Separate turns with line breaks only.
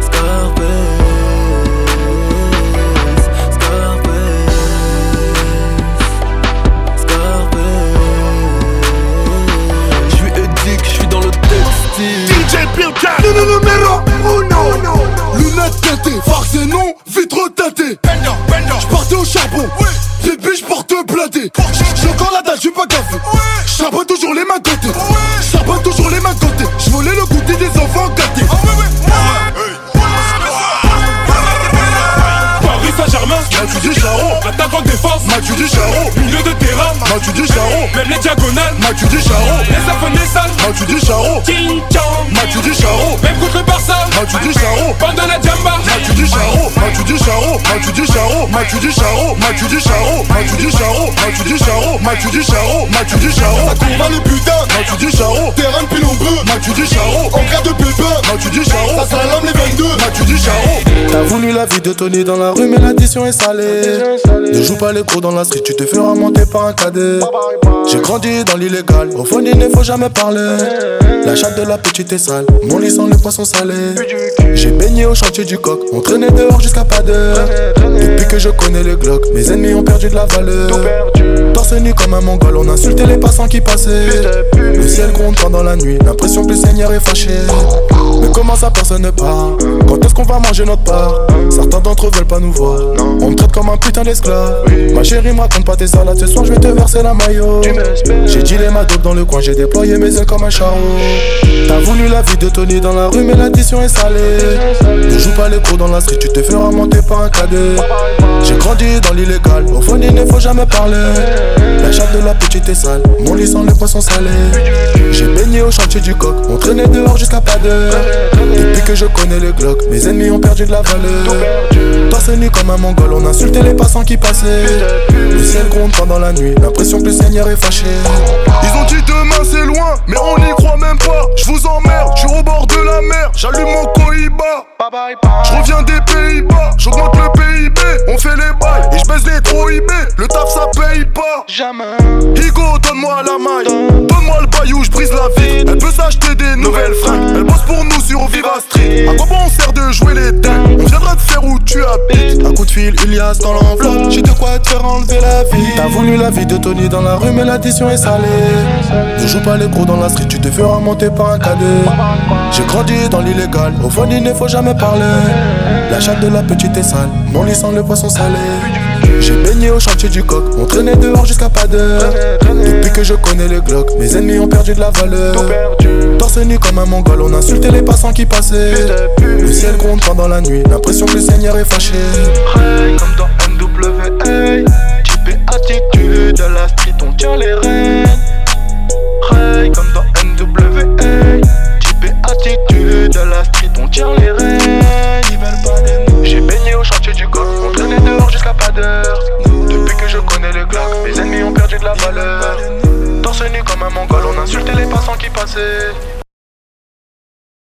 Scarface, Scarface, Scarface, Scarface. Je lui ai dit que je suis dans le textile.
DJ Pilka
Lune numéro uno Lunettes teintées, farce et non, vitre teintée
Bender, Bender
J'partais au charbon,
Oui.
les biches portent blindées J'ai encore la dalle, j'suis pas gaffé
Ouais.
J'sabonne toujours les mains gâtées
Ouais.
J'sabonne toujours les mains gâtées J'volais le goûter des enfants gâtés Ah
Ah ouais, ouais, ouais
Paris Saint-Germain,
Mathieu dis Charo,
attaque en défense,
Mathieu dis Charo,
milieu de terrain,
Mathieu dis Charo,
même les diagonales,
Mathieu dis Charo,
les affaires les salles,
Mathieu dis Charo,
King Kong,
Mathieu dis Charo,
même contre le Barça,
Mathieu dis Charo,
bande à la Jamba,
Mathieu dis Charo, Mathieu dis Charo, Mathieu dis Charo, Mathieu dis Charo, Mathieu dis Charo, Mathieu dis Charo, Mathieu dis Charo, Mathieu dis Charo, Mathieu dis Charo,
Ça combat les putains
Mathieu dis Charo,
Terrain de pilombreux
Mathieu dis Charo,
En cas de pépin
Mathieu dis Charo,
Ça salame les 22
Mathieu dis Charo.
T'as voulu la vie de Tony dans la rue, mais l'addition est salée. Ne joue pas les cours dans la street, tu te feras monter par un cadet. J'ai grandi dans l'illégal, au fond il ne faut jamais parler. La chatte de la petite est sale, mon lit sent le poisson salé. J'ai baigné au chantier du coq, on traînait dehors jusqu'à pas d'heure. Depuis que je connais le Glock, mes ennemis ont perdu de la valeur. Torse nu comme un mongol, on insultait les passants qui passaient. Le ciel gronde pendant la nuit, l'impression que le Seigneur est fâché. Mais comment ça personne ne parle Quand est-ce qu'on va manger notre part Certains d'entre eux veulent pas nous voir On me traite comme un putain d'esclave Ma chérie me raconte pas tes salades Ce soir je vais te verser la maillot J'ai dit les madopes dans le coin J'ai déployé mes ailes comme un charron T'as voulu la vie de Tony dans la rue Mais l'addition est salée Ne joue pas les cours dans la street Tu te feras monter par un cadet J'ai grandi dans l'illégal Au fond il ne faut jamais parler La chatte de la petite est sale Mon lit sent le poisson salé J'ai baigné au chantier du coq On traînait dehors jusqu'à pas d'heure Depuis que je connais le Glock Mes ennemis ont perdu de la valeur Torse nu comme un mongol On insultait les passants qui passaient Le ciel gronde pendant la nuit L'impression que le Seigneur est fâché
Ils ont dit demain c'est loin, mais on n'y croit même pas. Je vous emmerde, je suis au bord de la mer, j'allume mon Cohiba. Je reviens des Pays-Bas, j'augmente le PIB, on fait les bails et je baisse les gros IB. Le taf ça paye pas.
Jamais.
Higo, donne-moi la maille, donne-moi le bail où je brise la vie. Elle peut s'acheter des nouvelles fringues, elle bosse pour nous sur Viva Street. À quoi bon on sert de jouer les dingues On viendra te faire où tu habites.
Un coup de fil, Ilias dans l'enveloppe J'ai de quoi te faire enlever la vie T'as voulu la vie de Tony dans la rue Mais l'addition est salée Ne joue pas les gros dans la street Tu te feras monter par un cadet J'ai grandi dans l'illégal Au fond il ne faut jamais parler La chatte de la petite est sale Mon lit sent le poisson salé j'ai baigné au chantier du coq, on traînait dehors jusqu'à pas d'heure. Depuis que je connais le Glock, mes ennemis ont perdu de la valeur. Torse nu comme un mongol, on insultait les passants qui passaient. Le ciel gronde pendant la nuit, l'impression que le Seigneur est fâché.
comme dans MWA. Type et attitude à la street, on tient les rênes. Ray, comme dans MWA. Type et attitude à la street, on tient les rênes. Ils veulent pas de nous. J'ai baigné au chantier du coq, on traînait dehors jusqu'à pas d'heure. Depuis que je connais le Glock, mes ennemis ont perdu de la valeur. Torse nu comme un mongol, on insultait les passants qui passaient.